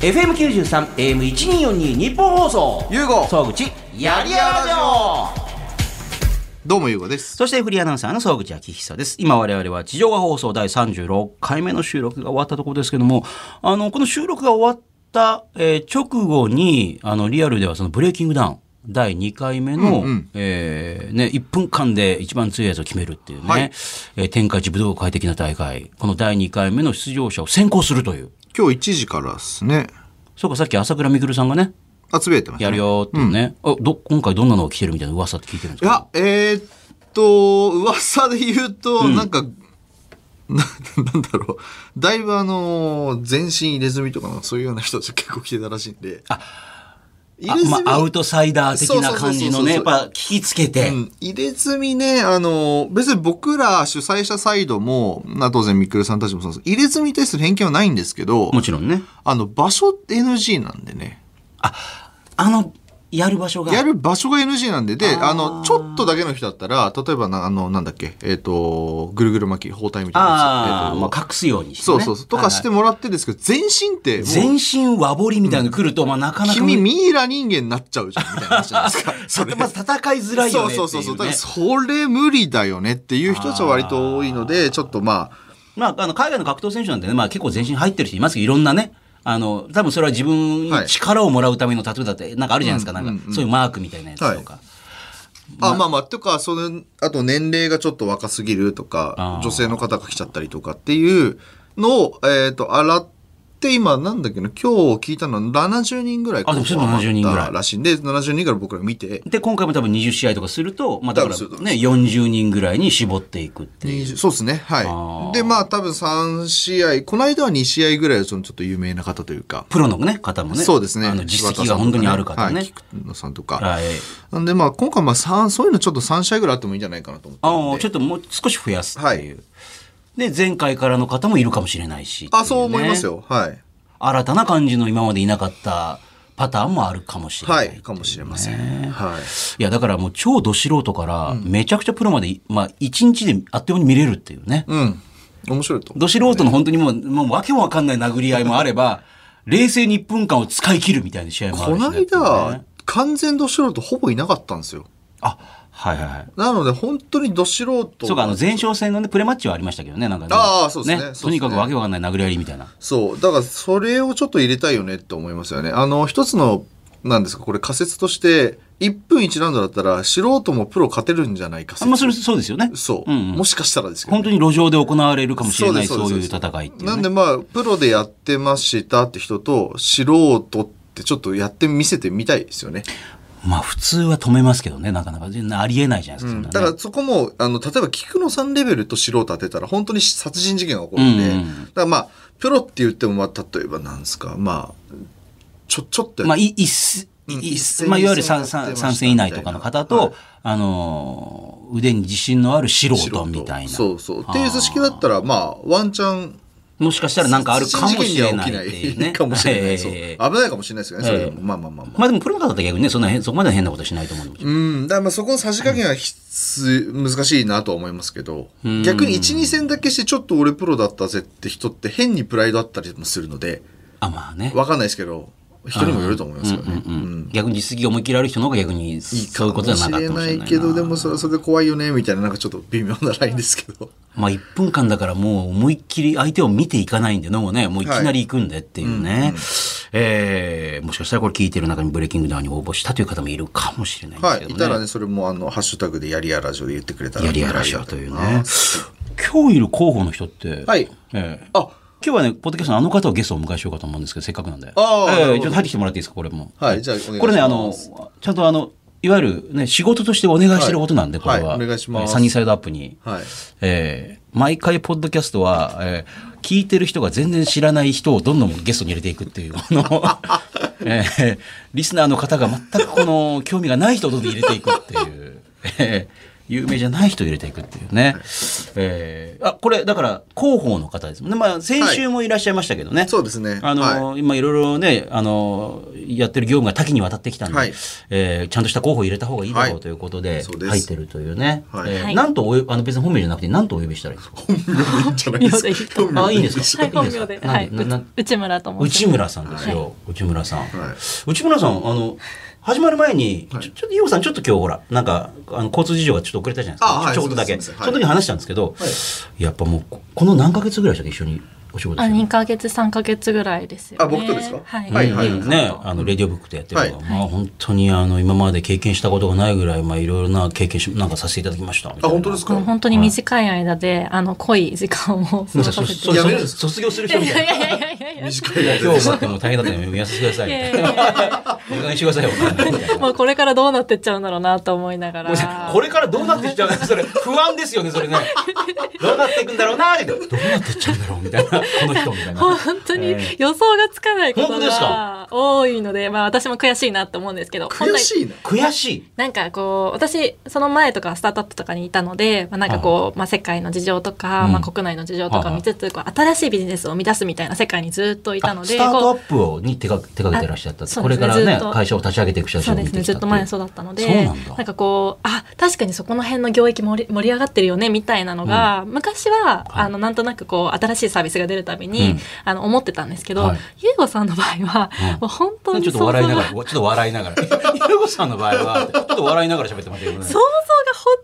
FM93、AM1242 日本放送。ゆうご総口、やりやらじょどうもゆうごですそしてフリーアナウンサーの総口昭久です。今我々は地上波放送第36回目の収録が終わったところですけども、あの、この収録が終わった、えー直後に、あの、リアルではそのブレイキングダウン。第2回目の、えーね、1分間で一番強いやつを決めるっていうね、はいえー天下一武道会的な大会、この第2回目の出場者を選考するという。今日1時からですねそうか、さっき朝倉未来さんがね、集めてましたやるよーっていうね、あど、今回どんなのが来てるみたいな噂って聞いてるんですいかやえーっと噂で言うと、なんか ななんだろうだいぶあのー全身入れ墨とかのそういうような人たち結構来てたらしいんで入れあま墨あ、アウトサイダー的な感じのね、やっそうそうそうそうそうぱ聞きつけて、うん入れ墨ね、あの、別に僕ら主催者サイドも、まあ当然ミクルさんたちもそうです。入れ墨に対する偏見はないんですけど、もちろんね。あの、場所 NG なんでね。あの、やる場所が。やる場所が NG なんで、で、あの、ちょっとだけの人だったら、例えばな、あの、なんだっけ、えっ、と、ぐるぐる巻き、包帯みたいなやつ。あえあ、ーとまあ、隠すようにして、そね。うそうそう、とかしてもらってですけど、全身って、も全う、身和彫りみたいなのが来ると、まあ、なかなか。君ミイラ人間になっちゃうじゃん、みたいな話じゃないです か。それまず戦いづらいよねっていう、ね。そうそうそうそう。だからそれ無理だよねっていう人たちは割と多いので、ちょっとまあ、まあ、あの、海外の格闘選手なんてね、まあ、結構全身入ってる人いますけど、いろんなね。あの、多分それは自分はにい力をもらうためのタトゥーだって、なんかあるじゃないですか。なんか、そういうマークみたいなやつとか。あまあまあとかそのあと年齢がちょっと若すぎるとあかー女性の方が来ちゃったりとかっていうのを、えー、と洗って今なんだっけな今日聞いたのは70人ぐらいあでもそれも70人ぐらいらしいんで70人ぐらい僕ら見てで、今回も多分20試合とかすると、まあ、だから多分そうね、40人ぐらいに絞っていくっていう。 20そうですねあはーいでまあ多分3試合この間は2試合ぐらいはそのちょっと有名な方というか、プロのね、方もね。そうですねあの、実績が本当にある方ね。柴田さんとかはい、菊野さんとはい。か、なんでまあ今回まあ三そういうのちょっと3試合ぐらいあってもいいんじゃないかなと思ってるんでああ、ちょっともう少し増やすっていう。で、前回からの方もいるかもしれないし。あそう思いますよ。よはい新たな感じの今までいなかったパターンもあるかもしれな。はいいかもしれません、はいいや、だからもう超ど素人から、めちゃくちゃプロまで、まあ、一日であっという間に見れるっていうね。うん。面白いと思う。ど素人の本当にもう、もうわけもわかんない殴り合いもあれば、冷静に1分間を使い切るみたいな試合もあこるしね、の間、完全ど素人ほぼいなかったんですよ。あ、はいはいはい。なので、本当にど素人。そうか、あの前哨戦のね、プレマッチはありましたけどね、なんかね。ああそうですねそうですとねにかくわけわかんない殴り合いみたいな。そう。だから、それをちょっと入れたいよねって思いますよね。あの、一つの、なんですか、これ仮説として、1分1ラウンドだったら、素人もプロ勝てるんじゃないかあ説。んまあそれ、そうですよね。そう、うんうんもしかしたらですけど、本当に路上で行われるかもしれない、そういう戦いっていう、ね。なんでまあ、プロでやってましたって人と、素人ってちょっとやってみせてみたいですよね。まあ普通は止めますけどね、なかなか。全然ありえないじゃないですか、そんなねだからそこも、あの、例えば菊野さんレベルと素人当てたら本当に殺人事件が起こるんうで、んうんだからまあ、プロって言っても、まあ、例えばなんですか、まあ、ちょ、ちょっとやっまあ、い、いっす、うんいっす一戦まあ、いわゆる二戦三やっ三てました三戦以内とかの方と、はいあのー、腕に自信のある素素人人みたいな。そうそう。っていう図式だったら、まあ、ワンチャン、もしかしたらなんかあるかも殺人し事件れになは起いっていきうなね。 いかもしれない。 ええそう危ないかもしれないですけどね、それでも。まあまあまあまあ。まあでもプロの方だったら逆にね、そんなへんそこまで変なことしないと思うんで。うん、だからまあそこの差し加減は必、難しいなとは思いますけど、逆に1、2戦だけしてちょっと俺プロだったぜって人って変にプライドあったりもするので、あ、まあね。わかんないですけど、人にもよると思いますよね。うん逆に実績が思い切られる人の方が逆にそういうことじゃなかったかもしれないなけど、でもそれはそれで怖いよね、みたいな、なんかちょっと微妙なラインですけど。まあ1分間だからもう思いっきり相手を見ていかないんでのもね、もういきなり行くんでっていうね。えーもしかしたらこれ聞いてる中にブレイキングダウンに応募したという方もいるかもしれないんですはけい。どね。いたらね、それも、あの、ハッシュタグでやりやラジオで言ってくれたら。やりやらしよというね。今日いる候補の人って、はいええあ、今日はね、ポッドキャストのあの方をゲストをお迎えしようかと思うんですけど、せっかくなんで。あえーえなるほちどょっと入ってきてもらっていいですか、これも。はいじゃあお願いしますこれね、あの、ちゃんとあの、いわゆるね、仕事としてお願いしてることなんで、はいこれは。はいお願いしますサニーサイドアップに。はい。えー毎回ポッドキャストは、えー聞いてる人が全然知らない人をどんどんゲストに入れていくっていう、こ の、えーリスナーの方が全くこの興味がない人をどんどん入れていくっていう、えー有名じゃない人を入れていくっていうね。えーあ、これ、だから、広報の方ですもんね。まあ、先週もいらっしゃいましたけどね。そうですね。あの はい、今いろいろね、あのやってる業務が多岐にわたってきたんで、はいえーちゃんとした候補を入れた方がいいだろはういということで、そうです入ってるというね。はいえーはいなんとおよあの別に本名じゃなくて、なんとお呼びしたらいいですか。いいんじゃないですか 本名でいいと思あ、いいんですか。はい、本名で。なはい。ななう内村と申内します。村さんですよ、内村さん、はい内村さんあの始まる前に、はいちょちょっと伊代さんちょっと今日ほらなんかあの交通事情がちょっと遅れたじゃないですかあはいちょちょっとだけ、そうですそそうですの時に話したんですけど、やっぱもうここの何ヶ月ぐらいでしたっけ一緒にお仕事あ、して二ヶ月三ヶ月ぐらいですよ、ね。あ僕とですかはい。ははいいははいいね、あのレディオブックでやってるのが、はいまあ本当にあの今まで経験したことがないぐらいまあいろいろな経験しなんかさせていただきましたみたいなあ本当ですかもう本当に短い間で、あの濃い時間を過ごなんかさそせていそただやいて。めるんですか卒業する人みたい いなやいやいやいやい短い今間で日待ってもう大変だったのでやらせてくださいみたいなお願いしてくださいよみたいなや。もうこれからどうなってっちゃうんだろうなと思いながごめんなさら。いこれからどうなってきちゃうのそれ不安ですよねそれねどうなっていくんだろうなってどうなってっちゃうんだろうみたいなこの人みたいな 本当に予想がつかないこ本と当ですがか多いので、まあ私も悔しいなと思うんですけど、悔しいな。悔しいなんかこう私その前とかスタートアップとかにいたので、まあ、なんかこう、まあ、世界の事情とか、うんまあ、国内の事情とはいかはい見つつ、こう新しいビジネスを生み出すみたいな世界にずっといたのあでスタートアこップをに手が手掛けてらっしゃったって、あこそうれですかねらねずっと会社を立ち上げていく人うたちそをうで見すてねきたずっいってとう前に育ったのでそうなんだかこうあ確かにそこの辺の領域盛り盛り上がってるよねみたいなのが、昔は、はいあのなんとなくこう新しいサービスが出るたびに、うんあの思ってたんですけど、はいゆうごさんの場合は、うんもう本当にちょ想っ像とが笑いながら、ちょっと笑いながら。ゆうこさんの場合は、ちょっと笑いながら喋ってましたけどね。想像が本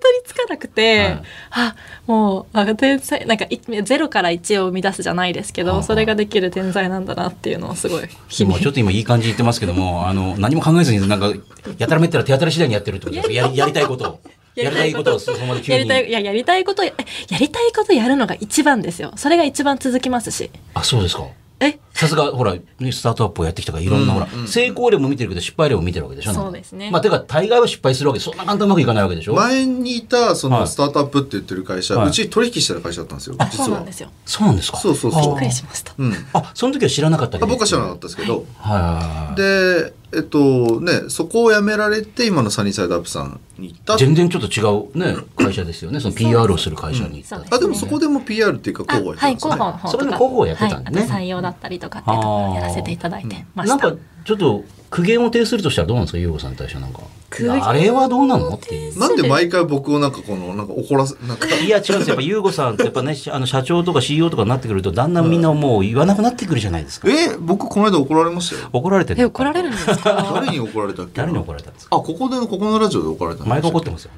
当につかなくて、はいあもうあ天才なんかいゼロから一を生み出すじゃないですけはあはどあそれができる天才なんだなっていうのをすごい日も々うちょっと今いい感じに言ってますけども、あの、何も考えずに、なんか、やたらめったら手当たり次第にやってるってことですかやりやりたいことを。やりたいことを、そこまで急やりにた。いいややりたいことえやりたいことやるのが一番ですよそれが一番続きますしあ、そうですか。えさすが、ほら、ねスタートアップをやってきたから、いろんな、うんほらう、ん成功例も見てるけど、失敗例も見てるわけでしょそうですねまあ、てか、大概は失敗するわけで、そんな簡単うまくいかないわけでしょ前にいたそはいのスタートアップって言ってる会社、はいうち取引してた会社だったんですよ。実は。そうなんですよそうなんですかそうそうそうあーびっくりしましたうん。あ、その時は知らなかったけど。あ僕は知らなかったですけど。はいはいはいはい。で、えっとね、そこを辞められて今のサニーサイドアップさんに行った。全然ちょっと違うね、会社ですよね。その PR をする会社に行ったそうですあでもそこでも PR っていうか広報やってはたんいです広ね。報の方とかそれの広報やってたんでねはいあと採用だったりとかっていうところをやらせていただいてましなたんかちょっと苦言を呈するとしたらどうなんですか、ゆうごさんに対してなんか苦言。をあれはどうなのっていう。なんで毎回僕をなんかこのなんか怒らせなん かいや違うんですよ。やっぱゆうごさんってやっぱね、しあの社長とか CEO とかになってくると、だんだんみんなもう言わなくなってくるじゃないですか。え僕この間怒られましたよ。怒られてる。え怒られるんで すか 誰に怒られたっけ？誰に怒られたんですかあここでのここのラジオで怒られたんで毎し回たっ怒ってますよ。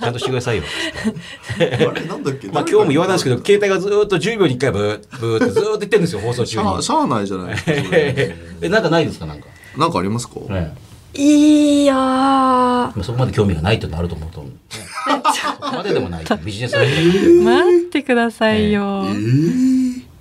ちゃんとしてくださいよ。け。あれなんだっけ？まあ今日も言わないですけど、携帯がずーっと10秒に1回ブー、ブーってずーっと言ってるんですよ、放送し中にゃあ。しゃあないじゃない。 え、なんかないですか、なんか。なんかありますか？ねいやーまあそこまで興味がないってなると思う と、ねそこまででもないビジネスライフ待ってくださいよ。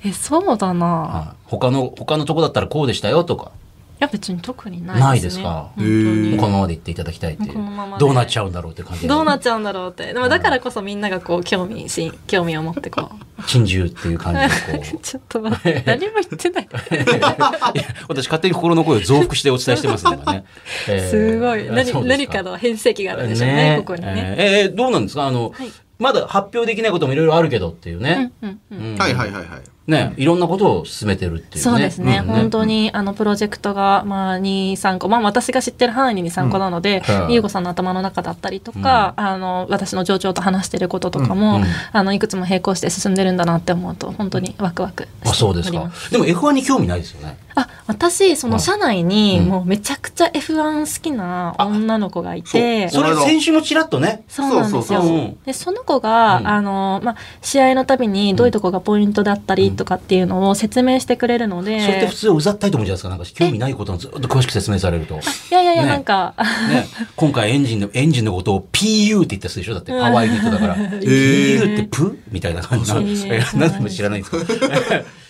えそうだだな。はい他の他のとこだったらこうでしたよとかいや別に特にないですね。ないですか本当にへえこのままで言っていただきたいっていうこのままでどうなっちゃうんだろうって感じどうなっっちゃうんだろうって。でもだからこそみんながこう興味し興味を持って こう。珍獣っていう感じでこう。ちょっと待って何も言ってない。いや 私勝手に心の声を増幅してお伝えしてますね今ね、えーすごい。あそう何です何かの変性期があるんでしょうねここにね。えーえーどうなんですかあの、はいまだ発表できないこともいろいろあるけどっていううねん、うんうん。うんはいはいはいはい。ねいろんなことを進めてるっていうねそうですね、ん本当にあのプロジェクトが、まあ、23個、まあ、私が知ってる範囲に23個なので、うん優子さんの頭の中だったりとか、あの私の上長と話してることとかも、うんうんあのいくつも並行して進んでるんだなって思うと本当にワクワクしておりますあそうですかでも F1 に興味ないですよねあ私そうんの社内にうんもうめちゃくちゃ F1 好きな女の子がいて。それ先週もちらっとねそうなんですよそうそうそうでその子が、うんあのまあ、試合のたびにどういうとこがポイントだったりとかっていうのを説明してくれるので、それって普通うざったいと思うじゃないですか。なんか興味ないことをずっと詳しく説明されると。ね、いやいやいや、ねなんか今回エンジンの、エンジンのことを PU って言ったやつでしょだって、ハワイの人だから。PU ってプみたいな感じなんです。えーえーなんでも知らないんですか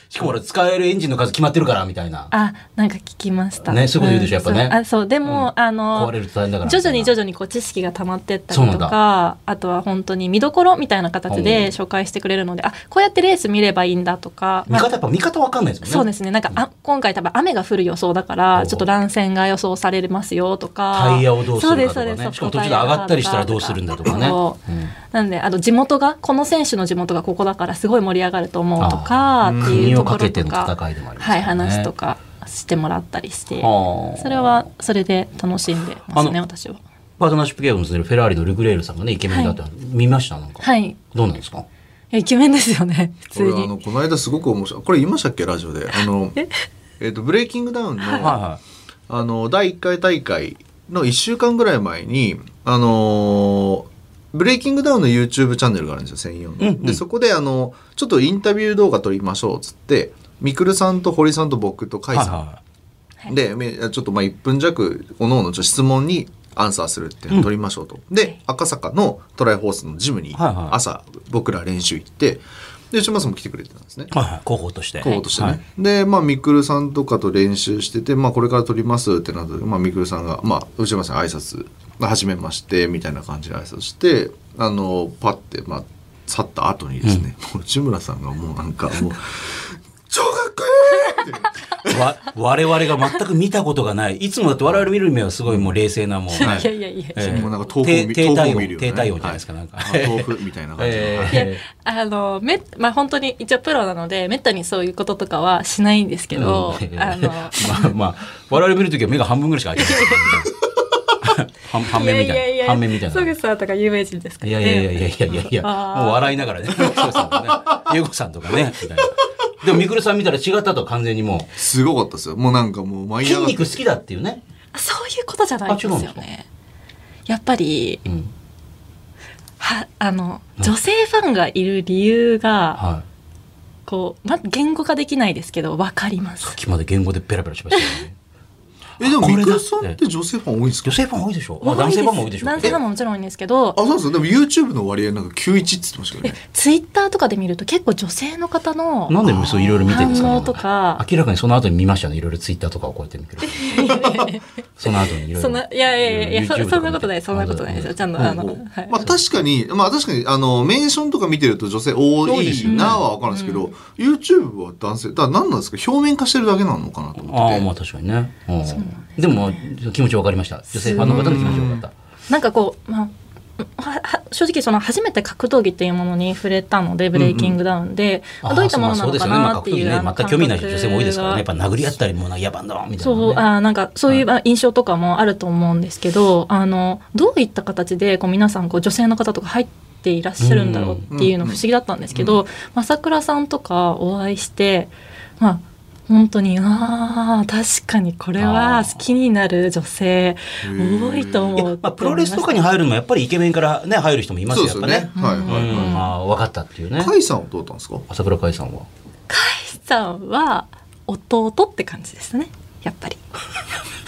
しかも俺使えるエンジンの数決まってるからみたいなあなんか聞きましたねそういうこと言うでしょんやっぱねそうあそうでも、あの壊れると大変だから徐々に徐々々にこう知識が溜まってったそうりなとんかあとは本当に見どころみたいな形で紹介してくれるのであこうやってレース見ればいいんだとか、見まあ方やっぱ見方わかんないですもんねそうですねなんかあ今回多分雨が降る予想だかおうらちょっと乱戦が予想されますよとかタイヤをどうするかとかそうですそうねですしかも途中で上がったりしたらどうするんだとかねそううんなんであの地元がこの選手の地元がここだからすごい盛り上がると思うとかあーってい国うをとこかろけてとのか戦いでもありますはい、からね話とかしてもらったりしてはあそれはそれで楽しんでますあねの私は。パートナーシップゲームをするフェラーリのルグレールさんがねイケメンだって、見ましたなんか、はい、いどうなんですかやイケメンですよね普こ通れあのに。この間すごく面白いこれ言いましたっけラジオであのえっ、とブレイキングダウンの,、はあの第1回大会の1週間ぐらい前にあのーブレイキングダウンの YouTube チャンネルがあるんですよ専用の、うんうんでそこであのちょっとインタビュー動画撮りましょうっつってみくるさんと堀さんと僕と甲い斐はさいん、ははいでめちょっとまあ1分弱おのおの質問にアンサーするっていうのを取りましょうと、で赤坂のトライホースのジムにはいはい朝僕ら練習行ってで島さんも来てくれてたんですねいはいはい候補として候補としてね、はいでまあみくるさんとかと練習してて、まあ、これから撮りますってなった時、まあ、みくるさんが、まあ、内山さん挨拶はじめましてみたいな感じで挨拶してあのパッて、まあ、去った後にですね、もう内村さんがもうなんか もう「超かっこいい!」ってわ 我々が全く見たことがないいつもだって我々見る目はすごいもう冷静な もう、はいいやいやいや。ええもうなんか豆低腐み低体豆腐温見るよね低体温じゃないですか、はなんか、あ豆腐みたいな感じの、はい ええあのめまあ、本当に一応プロなのでめったにそういうこととかはしないんですけど、うんあのまあまあ我々見るときは目が半分ぐらいしか開いてない。半半面みいやたいやいいな。や半面みたいソなグ。さんとか有名人ですからいねやいやいやいやいやいやいや、あーもう笑いながらね、そうさんもね、ゆうこさんとかね、みたいな。でもみくるさん見たら違ったと完全にもすごかったですよもうなんかもうう舞い上筋がって肉好きだっていうね。そういうことじゃないですよあ違うんでねやっぱりうん。はあの女性ファンがいる理由がはこう、ま、言語化できないですけどわかりまい。さっすきまで言語でペラペラしましたよね。えでもこれみだくるさんって女性ファン多いんですか女性ファン多いでしょ。まあ男性ファンも多いでしょう男けど。性ファンももちろん多いんですけどあそうですよでも YouTube の割合なんか91って言ってましたよねツイッターとかで見ると結構女性の方のなんでそういろいろ見てるんですかね反応とか明らかにその後に見ましたね。いろいろツイッターとかをこうやって見てる。その後にいろいろ。 そんないやいやいやいやそ YouTube そんなことないそんなことないですよちゃんとあの、うんはいまあ確かに、まあ確かに、あの、メンションとか見てると女性多多いですいよねなはわかるんですけど、YouTube は男性、だから何なんですか表面化してるだけなのかなと思っああてて。まあ確かにね、うんでも気持ち分かりました女性ファンの方の気持ち分かっなんかこう、まあ、はは正直その初めて格闘技っていうものに触れたのでブレイキングダウンで、たまあどういったものなのかなってそういですう,、よね、まあ、格闘技ね全く興味ない人女感覚性も多いですからねやっがぱ殴り合ったりもなんか野蛮だろみたいな、ね、そうあーなんかそういうまあ印象とかもあると思うんですけど、あのどういった形でこう皆さんこう女性の方とか入っていらっしゃるんだろうっていうのうん不思議だったんですけど朝倉さんとかお会いしてまあ本当にああ確かにこれは好きになる女性多いといや思うまあ、プロレスとかに入るのもやっぱりイケメンからね入る人もいますそうよでやすっよぱねね。はいはういんはまあ分かったっていうねい。カイさんはどうだったんですか朝倉海さんはさんは弟って感じですねやっぱり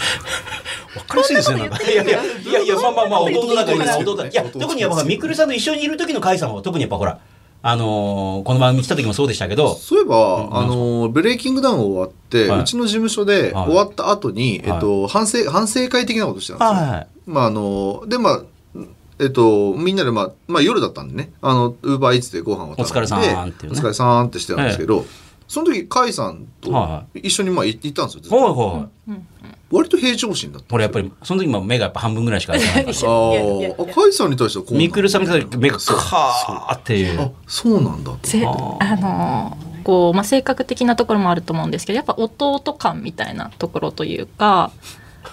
分かりやすいですねなんかいやいやいやいやまあまあまあ弟だからいいです弟弟だだいや特にやっぱみくるさんと一緒にいる時の海さんは特にやっぱほらあのーこの番組来た時もそうでしたけどそういえば、うんあの、ブレイキングダウン終わって、はいうちの事務所ではい終わった後に、はいえっと、反省、反省会的なことしてたんですよ。はまああのでまあえっと、みんなで、まあ、まあ夜だったんでねあのウーバーイーツでご飯を食べてお疲れさんっていうねお疲れさんってしてたんですけど、その時甲斐さんとは一緒にまあ行行ったんですよずいっはいとはい割と平常心だったほらやっぱりその時も目がやっぱ半分ぐらいしか開いてな かったんですあいやいやーあ甲斐さんに対してはこうなんだミクルさんみたいに目がそうカーっていう。あそうなんだぜああーのーこう、まあ、性格的なところもあると思うんですけどやっぱ弟感みたいなところというか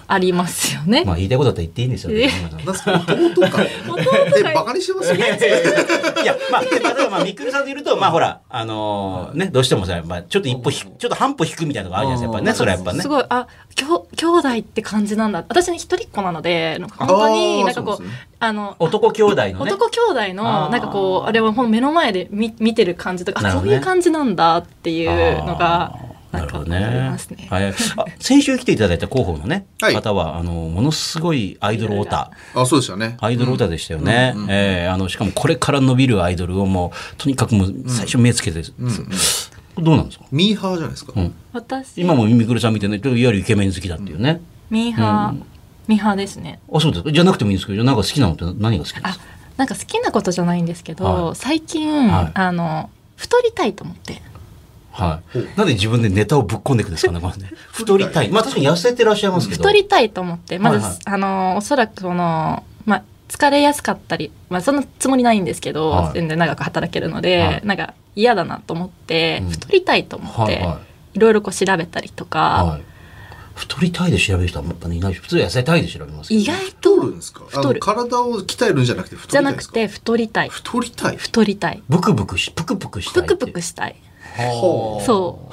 ありますよね。まあ言いたいことだったら言っていいんですよ。えなんですか弟かえバカにしてますよいや、まあ、でまあ、例えばまあ、みくるさんといると、まあ、ほら、あのーね、どうしてもさ、まあ、ちょっと一歩ひ、ちょっと半歩引くみたいなのがあるじゃないですか、やっぱね、それはやっぱね。 すごいあきょ兄弟って感じなんだ私ね一人っ子なのでなんか本当になんかこうあーそうなんですねあの男兄弟のね。男兄弟あーのなんかこうあれはほんと目の前で見見てる感じとか、なあるこほうどねいう感じなんだっていうのがあーななんるかほあどりね。ますね。はい。あ、先週来ていただいた候補のね、はい方は、あの、ものすごいアイドルオタ。あそうでしたねアイドルオタでしたよね。うんうんええあの、しかもこれから伸びるアイドルをもう、とにかくもう、最初目つけて、うんうんどうなんですか、ミーハーじゃないですか、うん、私今もミミクルさんみたいないわゆるイケメン好きだっていうね、ミーハー、うんミーハーですねあそうですかじゃなくてもいいんですけどなんか好きなのって何が好きなんであすかなんか好きなことじゃないんですけど、はい最近、はいあの太りたいと思ってはい、なんで自分でネタをぶっ込んでいくんですかね、これね。太太りりたたい。まあ確かに痩せてらっしゃいますけど。太りたいと思ってまず、はいはいあのおそらくその、まあ、疲れやすかったり、まあ、そんなつもりないんですけど、はい全然長く働けるので、はいなんか嫌だなと思って、うん太りたいと思っはいて、はいいろいろこう調べたりとか、はい。太りたいで調べる人はもったいないし、普通痩せたいで調べますけど意外太とるんですかあ太のる体を鍛えるんじゃなくて太じゃりたいでなくすかて太りたい太りたい太りたいブクブクし、ぷくぷくしたいぷっていくう。ぷくしたいはあそ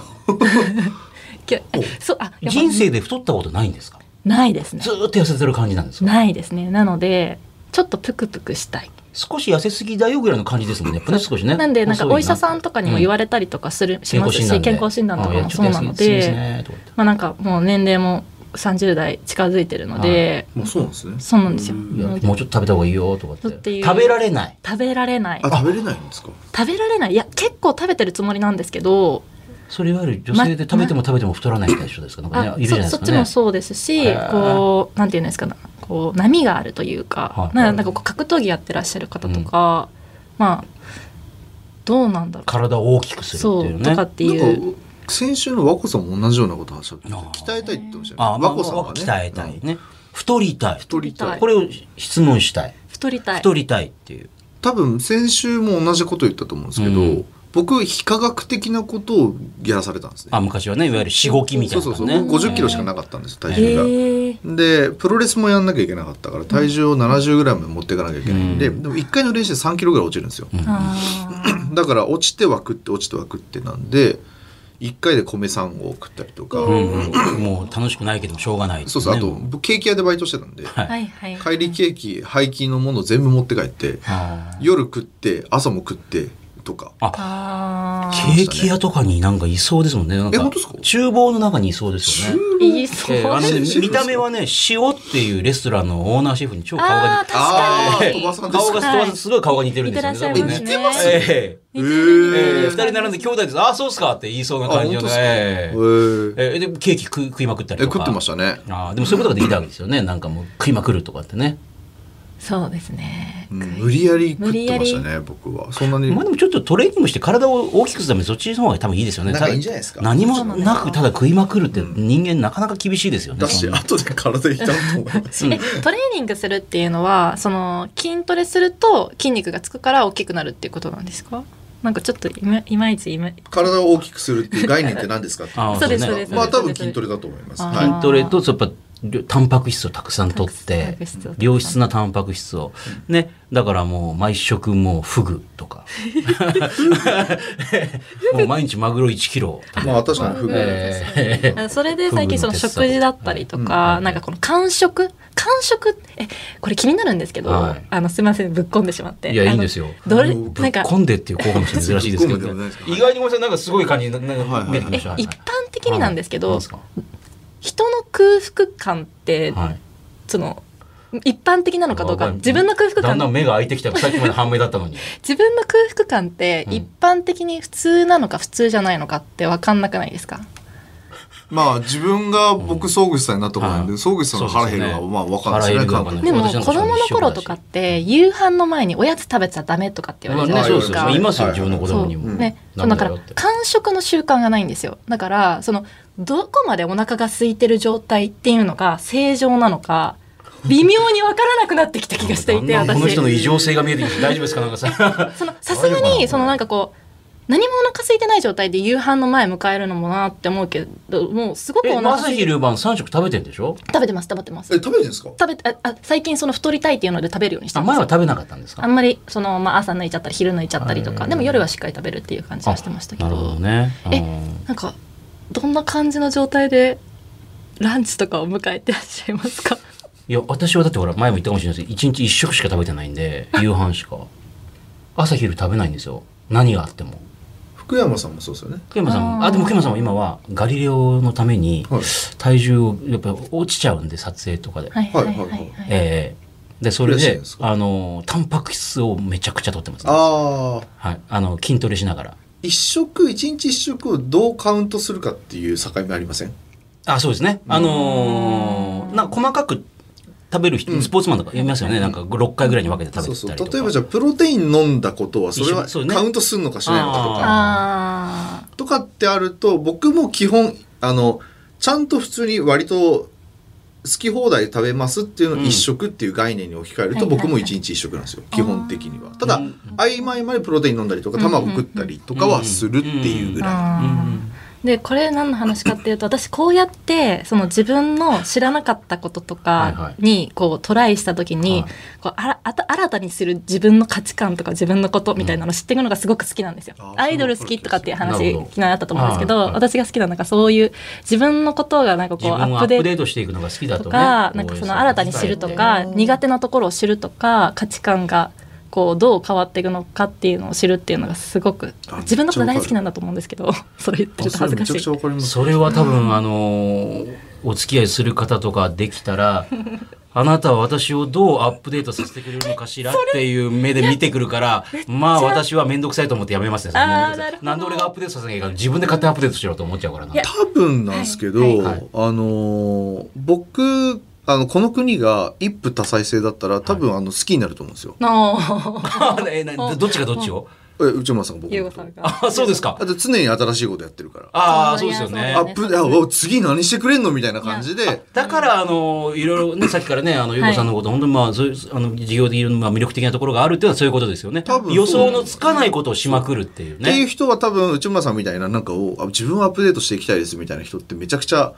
きゃおそうあやっぱ人生で太ったことないんですかないですねずーっと痩せてる感じなんですかないですねなのでちょっとぷくぷくしたい少し痩せすぎだよぐらいの感じですもんね。やっぱね、少しね。なんでなんかお医者さんとかにも言れわれたりとかする、しますし健康診断とかもそうなのそうですでね、とか言ってまあなんかもう年齢も30代近づいてるので、もうそうなんですねそうなんですよいやもうちょっと食べた方がいいよとかってっていう食べられない。食べられないあ食べれないんですか食べられないいや結構食べてるつもりなんですけどそれいわゆる女性で食べても食べても太らない人一緒ですかなんかねあ、いるじゃないでそすそっかちもね。そうですしへーこうなんていうんですかなこう波があるというはか、いななんかこう格闘技やってらっしゃる方とか、まあどうなんだろう体を大きくするっそていううとねか。ってないうんか先週の和子さんも同じようなこと話しゃっててあー鍛えたいって言ってましたあ、よねまあ、和子さんはね鍛えたういんね。太りたい。太りたいこれを質問したい。太りたい太りたいっていう。多分先週も同じこと言ったと思うんですけど、うん僕非科学的なことをやらされたんですねあ、昔はね、いわゆるしごきみたいなそのうね。そうそう50キロしかい。なかったんです体へ重が、ーでプロレスもやんなきゃいけなかったから体重を 70g 持っていかなきゃいけないんで、うんでも1回の練習で 3kg ぐらい落ちるんですよ、あーだから落ちては食って落ちては食ってなんで1回で米3合食ったりとか、うんうん、もう楽しくないけどもしょうがないっていね、そうそうあと僕ケーキ屋でバイトしてたんではいはいはい帰りケーキ廃棄のもの全部持って帰ってあー夜食って朝も食ってとかあーケーキ屋とかになんかいそうですもんね。なんかえ本当ですか厨房の中にいそうですよね。いいそうえーあ のね厨房見た目はね、塩っていうレストランのオーナーシェフに超顔があ似てー確かあーに鳥羽さんです顔かがすごいすごい顔が似てるんですよね。似てらっしゃいます多分ね似てますええええー、二ー人並んで兄弟です。ああ、そうっすかって言いそうなあ感本じ当のですかええーーえーで、ケーキ食い食いまくったりえとか。食ってましたねああ、でもそういうことができたわけですよね。なんかもう食いまくるとかってね。そうですねうん無理やり食無っ理てやまりしたね僕はそんなにまあでもちょっとトレーニングして体を大きくするためにそっちの方が多分いいですよね。なんかいいんじゃないですかただ何もなくただ食いまくるって人間なかなか厳しいですよね。だしそんな後で体痛むと思い ますうんえトレーニングするっていうのはその筋トレすると筋肉がつくから大きくなるっていうことなんですかなんかちょっといまいまいちいま体を大きくするっていう概念って何ですかってあーそうですねそうですまあ多分筋トレだと思います。あーは筋トレとやっぱタンパク質をたくさん取ってタンパク質を良質なタンパク質をねだからもう毎食もうフグと かもう毎日マグロ1キロい。まあ確かにフグ。えーあそれで最近その食事だったりとか、うんなんかこの間食間食えこれ気になるんですけど、はいあのすみませんぶっこんでしまっていやあのいいんですよどれぶっぶなっんか込んでっていう効果も珍しいですけぶっど込んででもなねいですか意外にごめんなさいなんかすごい感じになんか見えてきまえしたはい一般的になんですけど、はいはい人の空腹感って、はいその一般的なのかどうか自分の空腹だんだん感目が開いてきたさっきまで半目だった のに自分の空腹感ってうん一般的に普通なのか普通じゃないのかって分かんなくないですか、まあ自分が僕総口さんになったことないんはいで、総口さんの腹減るはまあわかんない腹減ですね。るが感わかんない覚でも私なんか子供の頃とかって夕飯の前におやつ食べちゃダメとかって言われるじゃまあなねいそうでですすか。よいますよはい自分の子供にうもんね、うんそうだかなんらだよって間食の習慣がないんですよだからそのどこまでお腹が空いてる状態っていうのが正常なのか微妙に分からなくなってきた気がしていてだんだんこの人の異私常性が見えてきて大丈夫ですかなんかさ そのさすがにそのなんかこう何もお腹空いてない状態で夕飯の前迎えるのもなって思うけどもうすごくおえ腹朝空いて昼晩3食食べてるんでしょ食べてます食べてまえす食べるんですか。食べああ最近その太りたいっていうので食べるようにしたあんです前よは食べなかったんですあかんまりその、まあ、朝抜いちゃったり昼抜いちゃったりとはかいでも夜はしっかり食べるっていう感じはしてましたけなどるほどねえうんなんかどんな感じの状態でランチとかを迎えてらっしゃいますかいや私はだってほら前も言ったかもしれないですけど1日1食しか食べてないんで夕飯しか朝昼食べないんですよ何があっても福山さんもそうですよね。福山さんもあーあでも福山さんは今はガリレオのためにはい体重をやっぱ落ちちゃうんで撮影とかで、はいはいはいははいい、はいえーでそれ嬉しいでですかあのタンパク質をめちゃくちゃ取ってます、ね、ああはい、あの筋トレしながら一食一日一食をどうカウントするかっていう境目ありませんあ、そうですね。あのーなんか細かく食べる人、スポーツマンとか読みますよね。なんか6回ぐらいに分けて食そべうてたりとか。そう例えばじゃあプロテイン飲んだことはそれは一緒そうねカウントするのかしないのかとかあとかってあると僕も基本あのちゃんと普通に割と好き放題食べますっていうのをうん一食っていう概念に置き換えるとはいはいはい僕も一日一食なんですよ基本的にはただうん合間合間でプロテイン飲んだりとかうん卵食ったりとかはするっていうぐーらいあーでこれ何の話かっていうと私こうやってその自分の知らなかったこととはいはかいにこうトライした時に、はいこうあらあた新たにする自分の価値観とか自分のことみたいなのを知っていくのがすごく好きなんですよ。あーアイドル好きとかっていうなる話ほど昨日あったと思うんですけど、はいはい私が好きなのがそういう自分のことがなんか自こう分アをッアプッデプートデートしていくのが好きだととね。か、なんかその新たに知るとか、苦手なところを知るとか、価値観がこうどう変わっていくのかっていうのを知るっていうのがすごくあ、自分のこと大好きなんだと思うんですけど、 それ言ってあるとそれ恥ずめかちゃくしちゃい。わかりますそれは多分、あのーお付き合いする方とかできた ら、あなたは私をどうアップデートさせてくれるのかしらっていう目で見てくるから、まあ私は面倒くさいと思ってやめますね。それあ面倒ーくさいなるほどなんで俺がアップデートさせなきゃいけないの自分で勝手にアップデートしろと思っちゃうからな。 いや多分なんですけど、はいはいあのー僕あのこの国が一夫多妻制だったら多分あの好きになると思うんですよ、 のえなどどっちがどっちをえ内村さんが僕ゆうのごことさん が。あ、そうですかあ。と常に新しいことやってるからああ、そうそうでですすよよねねア。ップあお次何してくれんのみたいな感じでだから、あの、いろいろね、さっきからね、あの、ゆうこさんのこと、本当にまあ、そういう、あの、事業的に、まあ、魅力的なところがあるっていうのはそういうことですよね。多分予想のつかないことをしまくるっていうっていうね。人は多分内村さんみたいななんかをあ自分をアップデートしていきたいですみたいな人ってめちゃくちゃ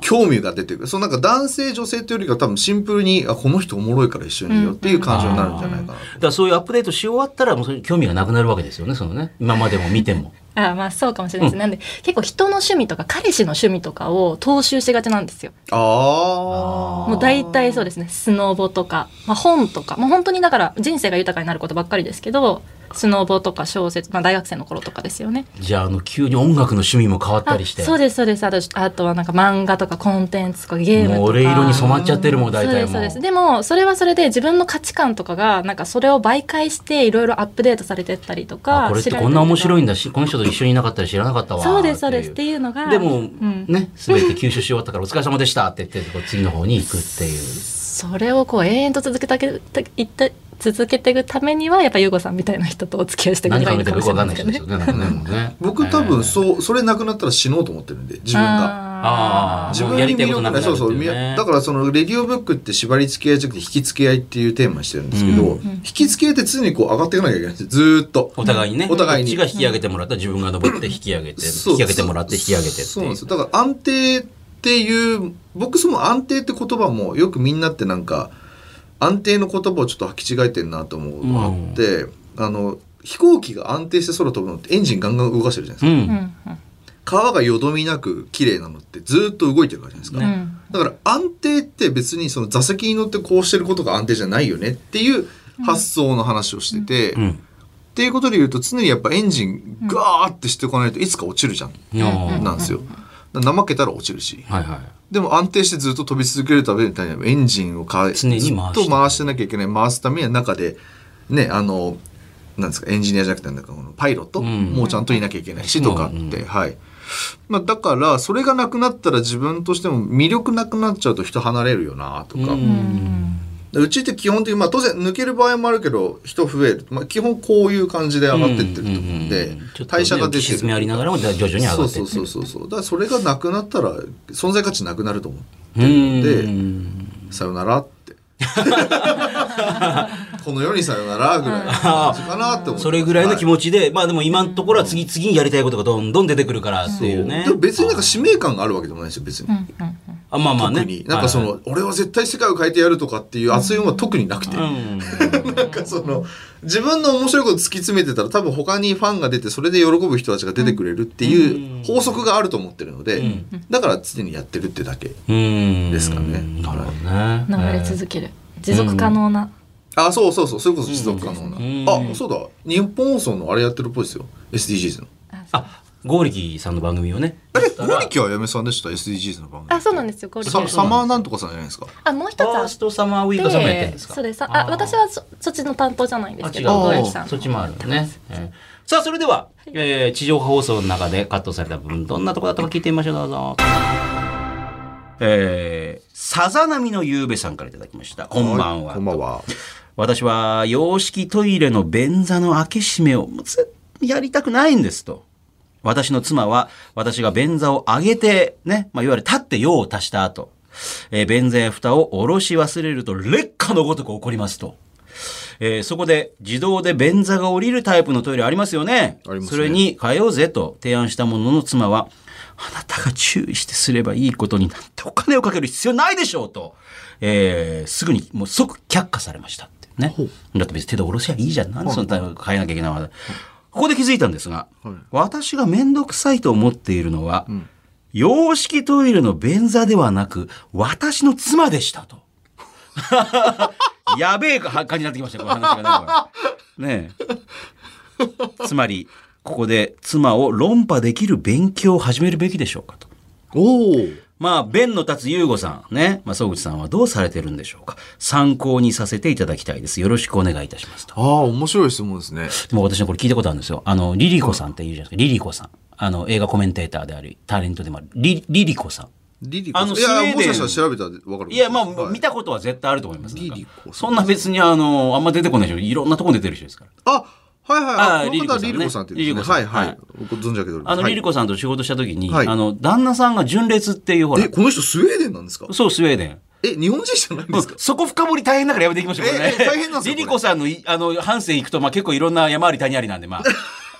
興味が出てくるそのなんか男性女性というよりか多分シンプルにあこの人おもろいから一緒にいようっていう感情になるんじゃないかな、だからそういうアップデートし終わったら、もうそれに興味がなくなるわけですよね、そのね。今までも見ても。あまあそうかもしれないです。なんで、結構人の趣味とか、彼氏の趣味とかを踏襲しがちなんですよ。ああもう大体そうでですねスノボとか、まあ、本とかもう本当にだから人生が豊かになることばっかりですけどスノボとか小説、まあ、大学生の頃とかですよね。じゃあ、あの、急に音楽の趣味も変わったりして。あそうですそうですあとあとはなんか漫画とかコンテンツとかゲームとかもう俺色に染まっちゃってるもん、そ大う体でもすそうですでもそれはそれで自分の価値観とかがなんかそれを媒介していろいろアップデートされてったりとあかこれってこんな面白いいんだし、この人と一緒にいなかったら知らなかったわ。そうですそうっていですっていうのがでも、んね、すべて吸収し終わったからお疲れ様でしたって言って、こう次の方に行くっていう。それをこう永遠と続けたけたいった続けていくためにはやっぱ優子さんみたいな人とお付き合いしていく何のが考えいいのてかるもかしよくれわなかいんない人ですよね。なんかねですよねもう ね僕多分う。そうそれなくなったら死のうと思ってるんで自分が。ああ自もう分やりにたいことなくなるってそいううそう、ねみだからそのレディオブックって縛り付け合いじゃなくて引き付け合いっていうテーマにしてるんですけど、うん引き付け合いって常にこう上がっていかなきゃいけないんですよずーっとお互いにね。お互いにこっちが引き上げてもらったら自分が登って引き上げて、引そうき上げてもらって引き上げてっていう。そうなんですよだから安定っていう僕その安定って言葉もよくみんなってなんか安定の言葉をちょっと履き違えてんなと思うのがあって、あの飛行機が安定して空飛ぶのってエンジンガンガン動かしてるじゃないですう。か、うんん川がよどみなく綺麗なのってずーっと動いてるからじゃないですか、うんうんだから安定って別にその座席に乗ってこうしてることが安定じゃないよねっていう発想の話をしてて、うっん。ていうことで言うと常にやっぱエンジンガーってしておかないといつか落ちるじゃん、いやーなんですよ。だから怠けたら落ちるし。はいはい。でも安定してずっと飛び続けるためにはエンジンをかえ常に回してずっと回してなきゃいけない。回すためには中で、ね、あの、なんですか、エンジニアじゃなくて、なんかこのパイロット、うんもうちゃんといなきゃいけないしとかって、うんはい。まあだから、それがなくなったら自分としても魅力なくなっちゃうと人離れるよなとか。う。うんちって基本的に、まあ当然抜ける場合もあるけど、人増える。まあ基本こういう感じで上がってってると思うんで、うんうんうんちょっとね代謝が出て沈みある。りながらも徐々に上がってそっうてそるうそうそうそう。だからそれがなくなったら存在価値なくなると思う。うん。さよならって。この世にさよならぐらいの感じかなって思って。それぐらいの気持持ちで、まあでも今のところは次々にやりたいことがどんどん出てくるからっていうね。でも別になんか使命感があるわけでもないですよ、別に。うんうんうんあ、まあまあね特に。なんかその、俺は絶対世界を変えてやるとかっていう熱い思いは特になくて。はいはい、うん。なんかその、自分の面白いこと突き詰めてたら多分他にファンが出てそれで喜ぶ人たちが出てくれるっていう法則があると思ってるので、んだから常にやってるってだけ。うん。ですかねなるほどね。流れえー続ける、持続可能な、あ、そうそうそう、それこそ持続可能な。うんあ、そうだ。日本放送のあれやってるっぽいですよ。SDGs の。あ、ゴーリキさんの番組をね。あれ、ゴリキはやめさんでした ?SDGs の番組。あそうなんですよゴリキさサマーなんとかさんじゃないですか。あもう一つファあーっスてトサマーウィークさんもやってるんですかそうですああ私はそそっちの担当じゃないんですけどあゴ違うリねキさんそっちもあるんだね。えーさあ、それでは、えー地上波放送の中でカットされた部分、どんなとこだったか聞いてみましょう、どうぞ。えー、さざ波のゆうべさんからいただきました。こんばんは。こんばんは。私は洋式トイレの便座の開け閉めをもう絶対やりたくないんですと。私の妻は私が便座を上げて、ね、まあ、いわゆる立って用を足した後、えー便座や蓋を下ろし忘れると劣化のごとく起こりますと。えーそこで自動で便座が降りるタイプのトイレありますよね。ありますねそれに変えようぜと提案したものの妻は、あなたが注意してすればいいことになんてお金をかける必要ないでしょうと、えーすぐにもう即却下されましたってね。だって別に手で下ろせばいいじゃん。なんでそんな変えなきゃいけないのここで気づいたんですが、はい私が面倒くさいと思っているのは、洋式トイレの便座ではなく、私の妻でしたと。やべえ感じになってきましたよこの話がなんかねえ。つまり、ここで妻を論破できる勉強を始めるべきでしょうかと。おお。まあ、弁の立つ優吾さん、ね。まあ、総口さんはどうされてるんでしょうか。参考にさせていただきたいです。よろしくお願いいたしますと。ああ、面白い質問ですね。もう私はこれ聞いたことあるんですよ。あの、リリコさんって言うじゃないですか。リリコさん。あの、映画コメンテーターであり、タレントでもある。リ、リリコさん。リリコあのいやスウェーデンもしかしたら調べたらわかるいや、まあ、はい見たことは絶対あると思います。リリコさんそんな別に、あの、あんま出てこないでしょ。いろんなとこに出てる人ですから。あ、はいはいあはーい。この方はリリリリココささんんねっていうんですね。リリコさはいんはい。ご存じ上げております。あの、はいリリコさんと仕事した時に、はいあの、旦那さんが純烈っていう、ほらえ、、この人スウェーデンなんですかそう、スウェーデン。え、日本人じゃないんですかそこ深掘り大変だからやめていきましょう、これね。ええ大変なんですリかリこコれさんのい、あの、半生行くと、まあ結構いろんな山あり谷ありなんで、 まあ。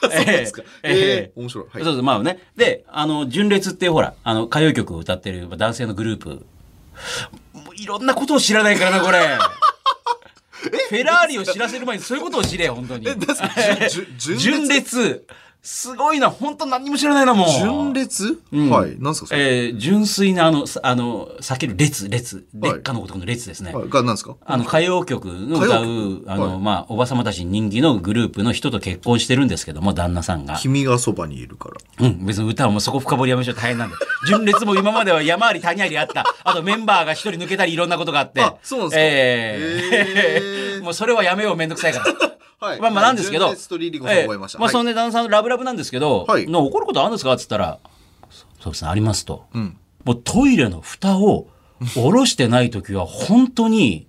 そうですかえええ面白いはいそうそう、まあね。で、あの、純烈っていうほら、あの、歌謡曲を歌ってる男性のグループ。もういろんなことを知らないから な、これ。フェラーリを知らせる前にそういうことを知れ、本当に。じゅじ ゅ純純烈烈。すごいな、本当何にも知らないな、もう。純烈んはい。なんですかそえれ。ー純粋なあの、さあの、避ける列、列、はい劣化のごとくの列ですね。はいが、なんですかあの、歌謡曲の歌歌う謡、曲あの、はいまあ、おばさまたちに人気のグループの人と結婚してるんですけども、旦那さんが。君がそばにいるから。うん、別に歌はもうそこ深掘りやめましょう。大変なんで。純烈も今までは山あり谷ありあった。あとメンバーが一人抜けたりいろんなことがあって。あそうなんですかええへー もうそれはやめよう、めんどくさいから。 はいまあまあなんですけど。純烈とリリコさん覚えました。ええまあはいそんで旦那さんラブラブなんですけど、はいの怒ることあるんですかって言ったら、そそうですね、ありますと。んもうトイレの蓋を下ろしてない時は本当に、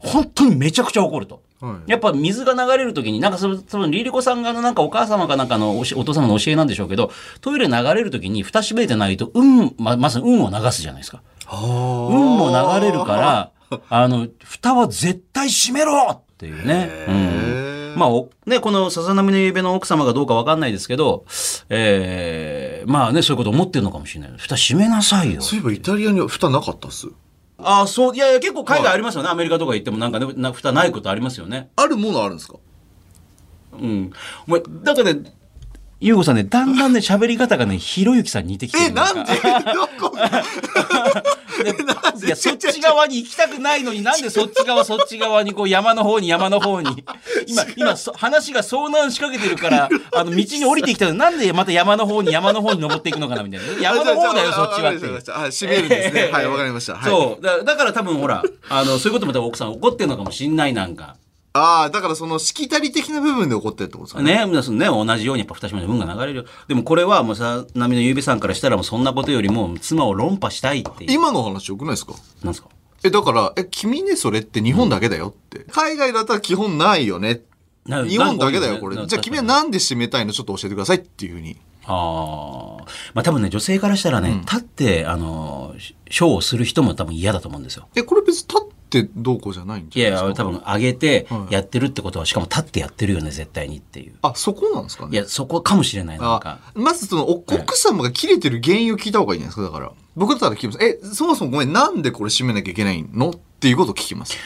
本当にめちゃくちゃ怒ると。はいやっぱ水が流れる時に、なんかその、多分リリコさんがのなんかお母様かなんかのおしお父様の教えなんでしょうけど、トイレ流れる時に蓋閉めてないと、うん、ま、まず運を流すじゃないですか。あー運も流れるから、あの、蓋は絶対閉めろっていうね。うんへーまあ、おね、この笹波のゆうべの奥様がどうかわかんないですけど、えーまあね、そういうこと思ってるのかもしれない。蓋閉めなさいよ。そういえばイタリアには蓋なかったっす。ああ、そう、いやいや、結構海外ありますよね。アメリカとか行ってもなんかね、な蓋ないことありますよね。あるものあるんですかうん。お前、だからね、ゆうごさんね、だんだんね、喋り方がね、ひろゆきさんに似てきてる。え、なんで どこがいや、そっち側に行きたくないのに、なんでそっち側、そっち側に、こう、山の方に、山の方に。今、今、そ話が遭難しかけてるから、あの、道に降りてきたのになんでまた山の方に、山の方に登っていくのかな、みたいな。山の方だよ、そっちはっていう。あ、閉めるんですね。はい、わかりました。はい。そうだ。だから多分ほら、あの、そういうことも多分奥さん怒ってるのかもしんないなんか。ああ、だからその、しきたり的な部分で怒ってるってことですかね。ね、皆さんね、同じようにやっぱ二島に運が流れるよ。でもこれはもうさ、波のゆうべさんからしたらもうそんなことよりも妻を論破したいっていう。今の話よくないですかなんですかえ、だから、え、君ね、それって日本だけだよって。海外だったら基本ないよね。な日本だけだよ、なこなれ。じゃあ確かに君はなんで閉めたいのちょっと教えてくださいっていうふうに。ああ。まあ多分ね、女性からしたらね、立って、あの、ショーをする人も多分嫌だと思うんですよ。え、これ別に立ってどうこうじゃないんいじやゃないいですかや、多分上げてはいやってるってことは、しかも立ってやってるよね、絶対にっていう。あ、そこなんですかね。いや、そこかもしれない、なんかあ。まずそのお奥様が切れてる原因を聞いた方がいいんじゃないですかだから僕だったら聞きますえそもそもごめんなんでこれ閉めなきゃいけないのっていうことを聞きます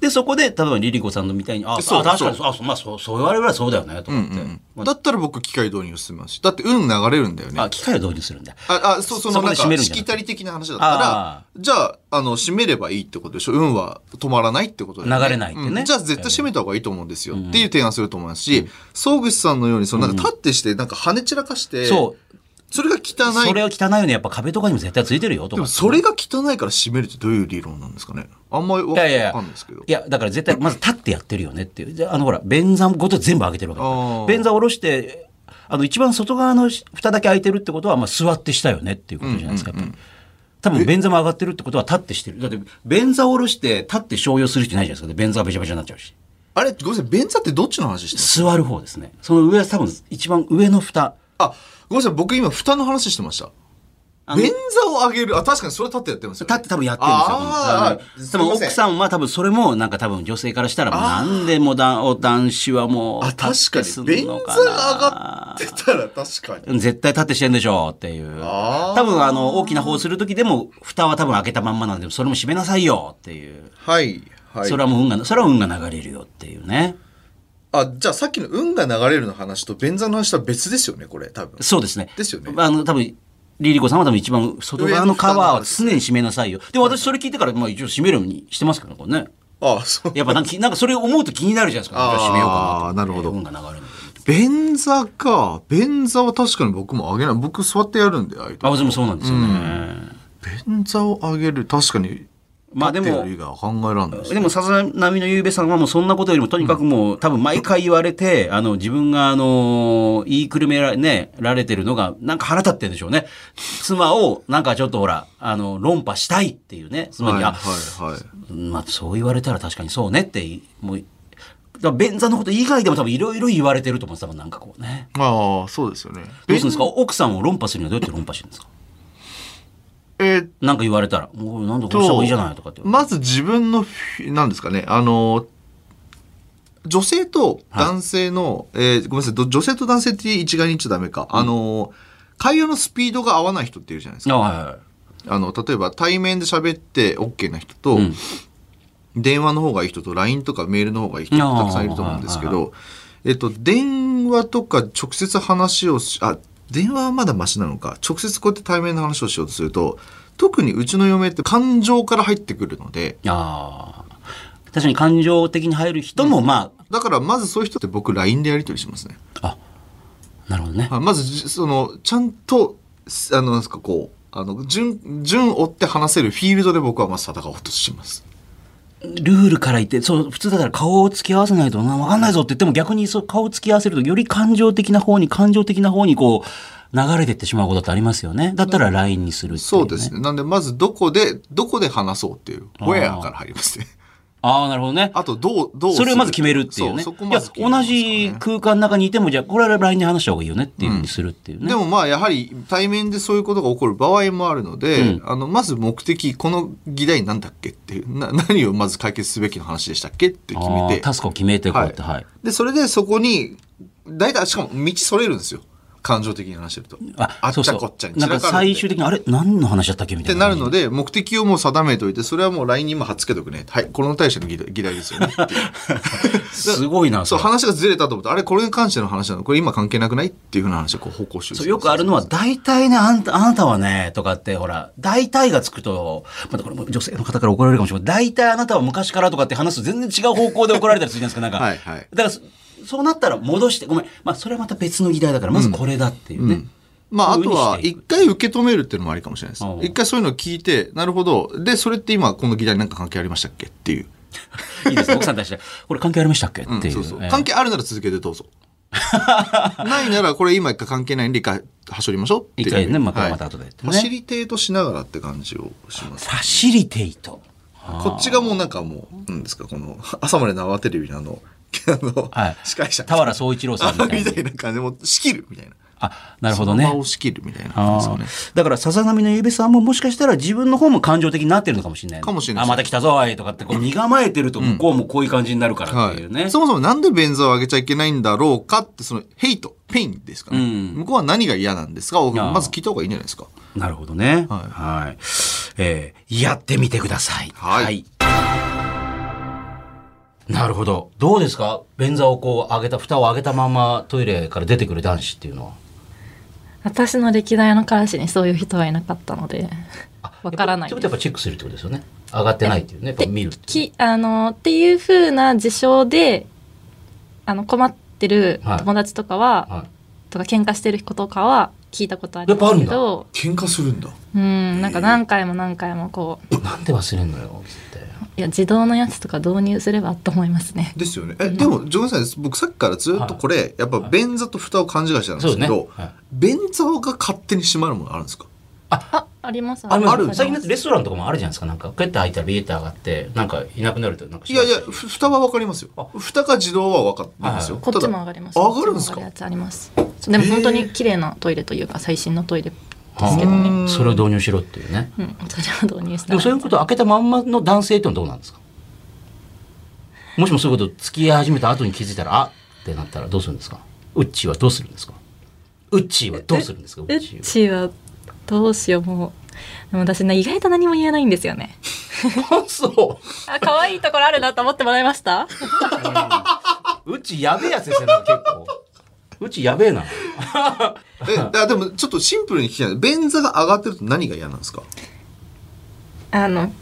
で、そこで、例えばリリコさんのみたいに、ああ、そう確かに、そあそうまあそう、そう言われればそうだよね、と思って。まだったら僕機械導入進めますしだって運流れるんだよねあ、あ、機械を導入するんだ。あ、あ、そう、そそこのなでん閉めか、るんじしゃなくてきたり的な話だったらあ、じゃあ、あの、閉めればいいってことでしょ運は止まらないってことだよね流れないってねうんじゃあ絶対閉めた方がいいと思うんですよっていう提案すると思いますし、総口さんのように、そのなんか立ってして、なんか跳ね散らかして、そう。それが汚そい。れを汚いよね、やっぱ壁とかにも絶対ついてるよ、とでかも。それが汚いから閉めるってどういう理論なんですかねあんまりわいやいやいやかんないですけどい。や、だから絶対、まず立ってやってるよねっていう。であの、ほら、便座ごと全部上げてるわけだからあー便座下ろして、あの一番外側の蓋だけ開いてるってことは、まあ、座ってしたよねっていうことじゃないですか、やっぱり。多分、便座も上がってるってことは立ってしてる。だって、便座を下ろして立って商用する人いないじゃないですか。で便座はべちゃべちゃになっちゃうし。あれ、ごめんなさい、便座ってどっちの話してる座る方ですね。その上は多分、一番上の蓋。あ、ごめんなさい、僕今、蓋の話してました。あの便座を上げる。あ、確かにそれ立ってやってますよ、立って多分やってるんですよあーこのす多いま分せん奥さんは多分それもなんか多分女性からしたらもうなんでもだお男子はもうあ、確かに。便座が上がってたら確かに。て絶対立ってしてんでしょうっていうあー多分あの大きな方をする時でも蓋は多分開けたまんまなんでそれも閉めなさいよっていう、はい。はい。それはもう運がそれは運が流れるよっていうねあ、じゃあさっきの運が流れるの話と便座の話とは別ですよね、これ、多分。そうですねですよねあの多分リリコさんは多分一番外側のカバーを常に閉めなさいよで私それ聞いてからまあ一応閉めるようにしてますけどねこれねあ、そう。やっぱなんかなんかそれ思うと気になるじゃないですか。あーじゃ閉めようかなと。なるほど運が流れる。便座か。便座は確かに僕も上げない。僕座ってやるんで、ああいうとあ、こ私もそうなんですよね。便座を上げる。確かに。まあでも立ってやる以外は考えらんないですねでも、さざ波のゆうべさんはもうそんなことよりも、とにかくもう、多分毎回言われて、あの、自分が、あのー言いくるめら,、ね、られてるのが、なんか腹立ってるんでしょうね。妻を、なんかちょっとほら、あの、論破したいっていうね。妻に、はいあ、はいはい。まあ、そう言われたら確かにそうねって、もう、だから便座のこと以外でも多分いろいろ言われてると思うんです多分なんかこうね。ああ、そうですよね。どうするんですか奥さんを論破するにはどうやって論破してるんですかえーっなんか言われたら、もうなんでこうした方がといいじゃないとかって。まず自分のフィ、なんですかね、あの、女性と男性の、えーごめんなさい、ど女性と男性って一概に言っちゃダメか。あの、会話のスピードが合わない人っているじゃないですか。あはいはい。あの、例えば対面で喋って OK な人と、ん電話の方がいい人と、LINE とかメールの方がいい人ってたくさんいると思うんですけあーはいど、えっと、電話とか直接話をし、あ、電話はまだマシなのか、直接こうやって対面の話をしようとすると、特にうちの嫁って感情から入ってくるので、ああ。確かに感情的に入る人も、まだからまずそういう人って僕 LINE でやり取りしますね。あ、あ、なるほどね。はいまずじ、その、ちゃんと、すあの、なんですかこう、あの、順、順追って話せるフィールドで僕はまず戦おうとします。ルールから言って、そう、普通だったら顔を付き合わせないとな、わかんないぞって言っても逆にそう顔を付き合わせると、より感情的な方に、感情的な方にこう、流れてってしまうことってありますよね。だったら LINE にするっていう、ね。そうですね。なんで、まずどこで、どこで話そうっていう、あー where から入りますね。ああ、なるほどね。 あと、どう、どうすそれをまず決めるっていうね。そうそこいやまず決めま同すからねじ空間の中にいても、じゃあ、これは LINE で話した方がいいよねっていうふうにするっていうね。でもまあやはり対面でそういうことが起こる場合もあるので、うんあのまず目的この議題なんだっけっていうな何をまず解決すべきの話でしたっけって決めあーてタスクを決めてこうやって、ははいでそれでそこに大体しかも道それるんですよ感情的に話してるとああっそうちそゃうこっちゃになんか散らかる最んで終的に、あれ何の話だったっけみったていなな。るので、目的をもう定めといて、それはもう LINE にもはっつけとくね。はい、この対しての議題議題ですよね。すごいな、そそ、うれ話がずれたと思って、あれ、これに関しての話なのこれ今関係なくないっていうふうな話をこう方向修正そうよくあるのは、大体ね、あんた、あなたはね、とかって、ほら、大体がつくと、またこれも女性の方から怒られるかもしれない。大体あなたは昔からとかって話すと全然違う方向で怒られたりするじゃないですか、なんか。はいはいだからそ、そうなったら戻して、ごめん。まあ、それはまた別の議題だから、まずこれだっていうね。まあ、あそういうとふうには、してい一く回受け止めるっていうのもありかもしれないですうん。一回そういうのを聞いて、なるほど。で、それって今、この議題になんか関係ありましたっけっていう。いいです、奥さんに対して。これ関係ありましたっけ、うんっていう。そうそうえ。ー関係あるなら続けてど うぞ。ないなら、これ今一回関係ないんで、一回、はしょりましょうっていう。一回ねまたはいまた後でやってフねァシリテートしながらって感じをしますフ。ァシリテイト。こっちがもうなんかもう、なんですか、この、朝まで生テレビのあの、あの、はい司会者。田原総一郎さんみたいなあみたいな感じで、もう仕切るみたいな。あ、なるほどね。その場を仕切るみたいな感じあですよね。ーだから、笹波のゆうべさんももしかしたら自分の方も感情的になってるのかもしれないね。かもしれないあ、また来たぞ、おいとかって、こう、身構えてると、向こうもこういう感じになるからっていうね。はい、そもそもなんで便座を上げちゃいけないんだろうかって、そのヘイト、ペインですかね。うん向こうは何が嫌なんですかをやーまず聞いた方がいいんじゃないですか。なるほどね。はいはい。えーやってみてください。はいなるほど。どうですか便座をこう、上げた、蓋を上げたままトイレから出てくる男子っていうのは。私の歴代の彼氏にそういう人はいなかったのでわからないそれですやっぱチェックするってことですよね。上がってないっていうね。やっぱ見るっていうきあのっていうふうな事象であの困ってる友達とかは、はい。とか喧嘩してる子とかは聞いたことありやっまぱあするんけだど喧嘩するんだ。うんなんか何回も何回もこうなんで忘れんのよ、つって。いや自動のやつとか導入すればと思いますね。ですよね。え、でも、ジョンさん、僕さっきからずっとこれ、やっぱ便座と蓋を勘違いしてたんですそけうどですねはい、便座が勝手に閉まるものあるんですかあありますありますある最最近近だってレストランとかもあるじゃないですかなんかこうやって開いたらビーッて上がってなんかいなくなるとなんかいやいや、しましふ蓋はわかりますよ。蓋か自動はわかりますよ。こっちも上がります。上がるんですかこっちも上がるやつあります。そうでも本当に綺麗なトイレというか最新のトイレですけどうね。んたそれを導入しろっていうねうん、それは導入したでもそういうことを開けたまんまの男性ってのはどうなんですかもしもそういうことを付き合い始めた後に気づいたらあってなったらどうするんですかウッチーはどうするんですかウッチーはどうするんですかウうッっチちーはーはどうしようもう。でも私ね意外と何も言えないんですよね。あそうあ可愛いところあるなと思ってもらいました。ウッチーやべえやつですよなんか結構ウッチーやべえなえ、あでもちょっとシンプルに聞きたい。便座が上がってると何が嫌なんですかあの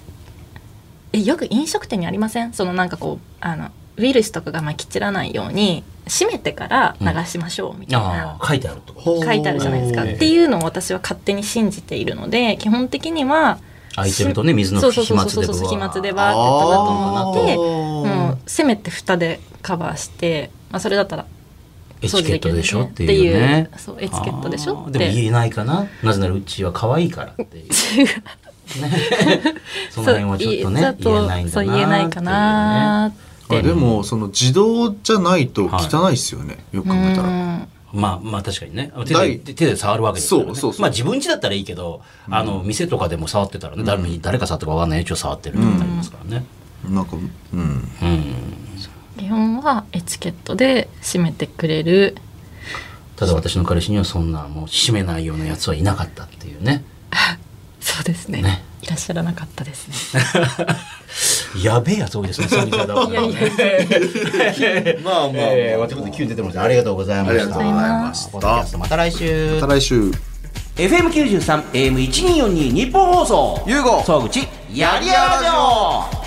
えよく飲食店にありませんそのなんかこうあのウイルスとかがまき散らないように閉めてから流しましょうみたいな、ああ書いてあるってこと書書いてあるじゃないですかほうっていうのを私は勝手に信じているので基本的には開いてるとね水のそうそう飛そう沫そうでそうそう飛沫でブワーバーってやったなと思っても思うせめて蓋でカバーして、まあ、それだったらエチケットでしょって掃除いうできるねねっていうそうエチケットでしょあっーてでも言えないかななぜならうちは可愛い からっていうその辺はちょっとねそう言えないんだなそう言えないかなーっあてでもその自動じゃないと汚いですよね、よく考えたらうんまあまあ確かにね手第で手で触るわけですから、ね、そうそうそうまあ自分家だったらいいけど、あの店とかでも触ってたらね、誰も誰か触ったかわかんない一応触ってるってなりますからねなんかうんうん、基本はエチケットで締めてくれるただ私の彼氏にはそんなもう閉めないようなやつはいなかったっていうねそうですねねいらっしゃらなかったですねやべえやつ多いですねそういう言い方はねまあまあ、えー、私も急に出てましたありがとうございましたありがとうございましたポッドキャストまた来週また来週 FM93AM1242 日本放送ゆうご総口やりやろう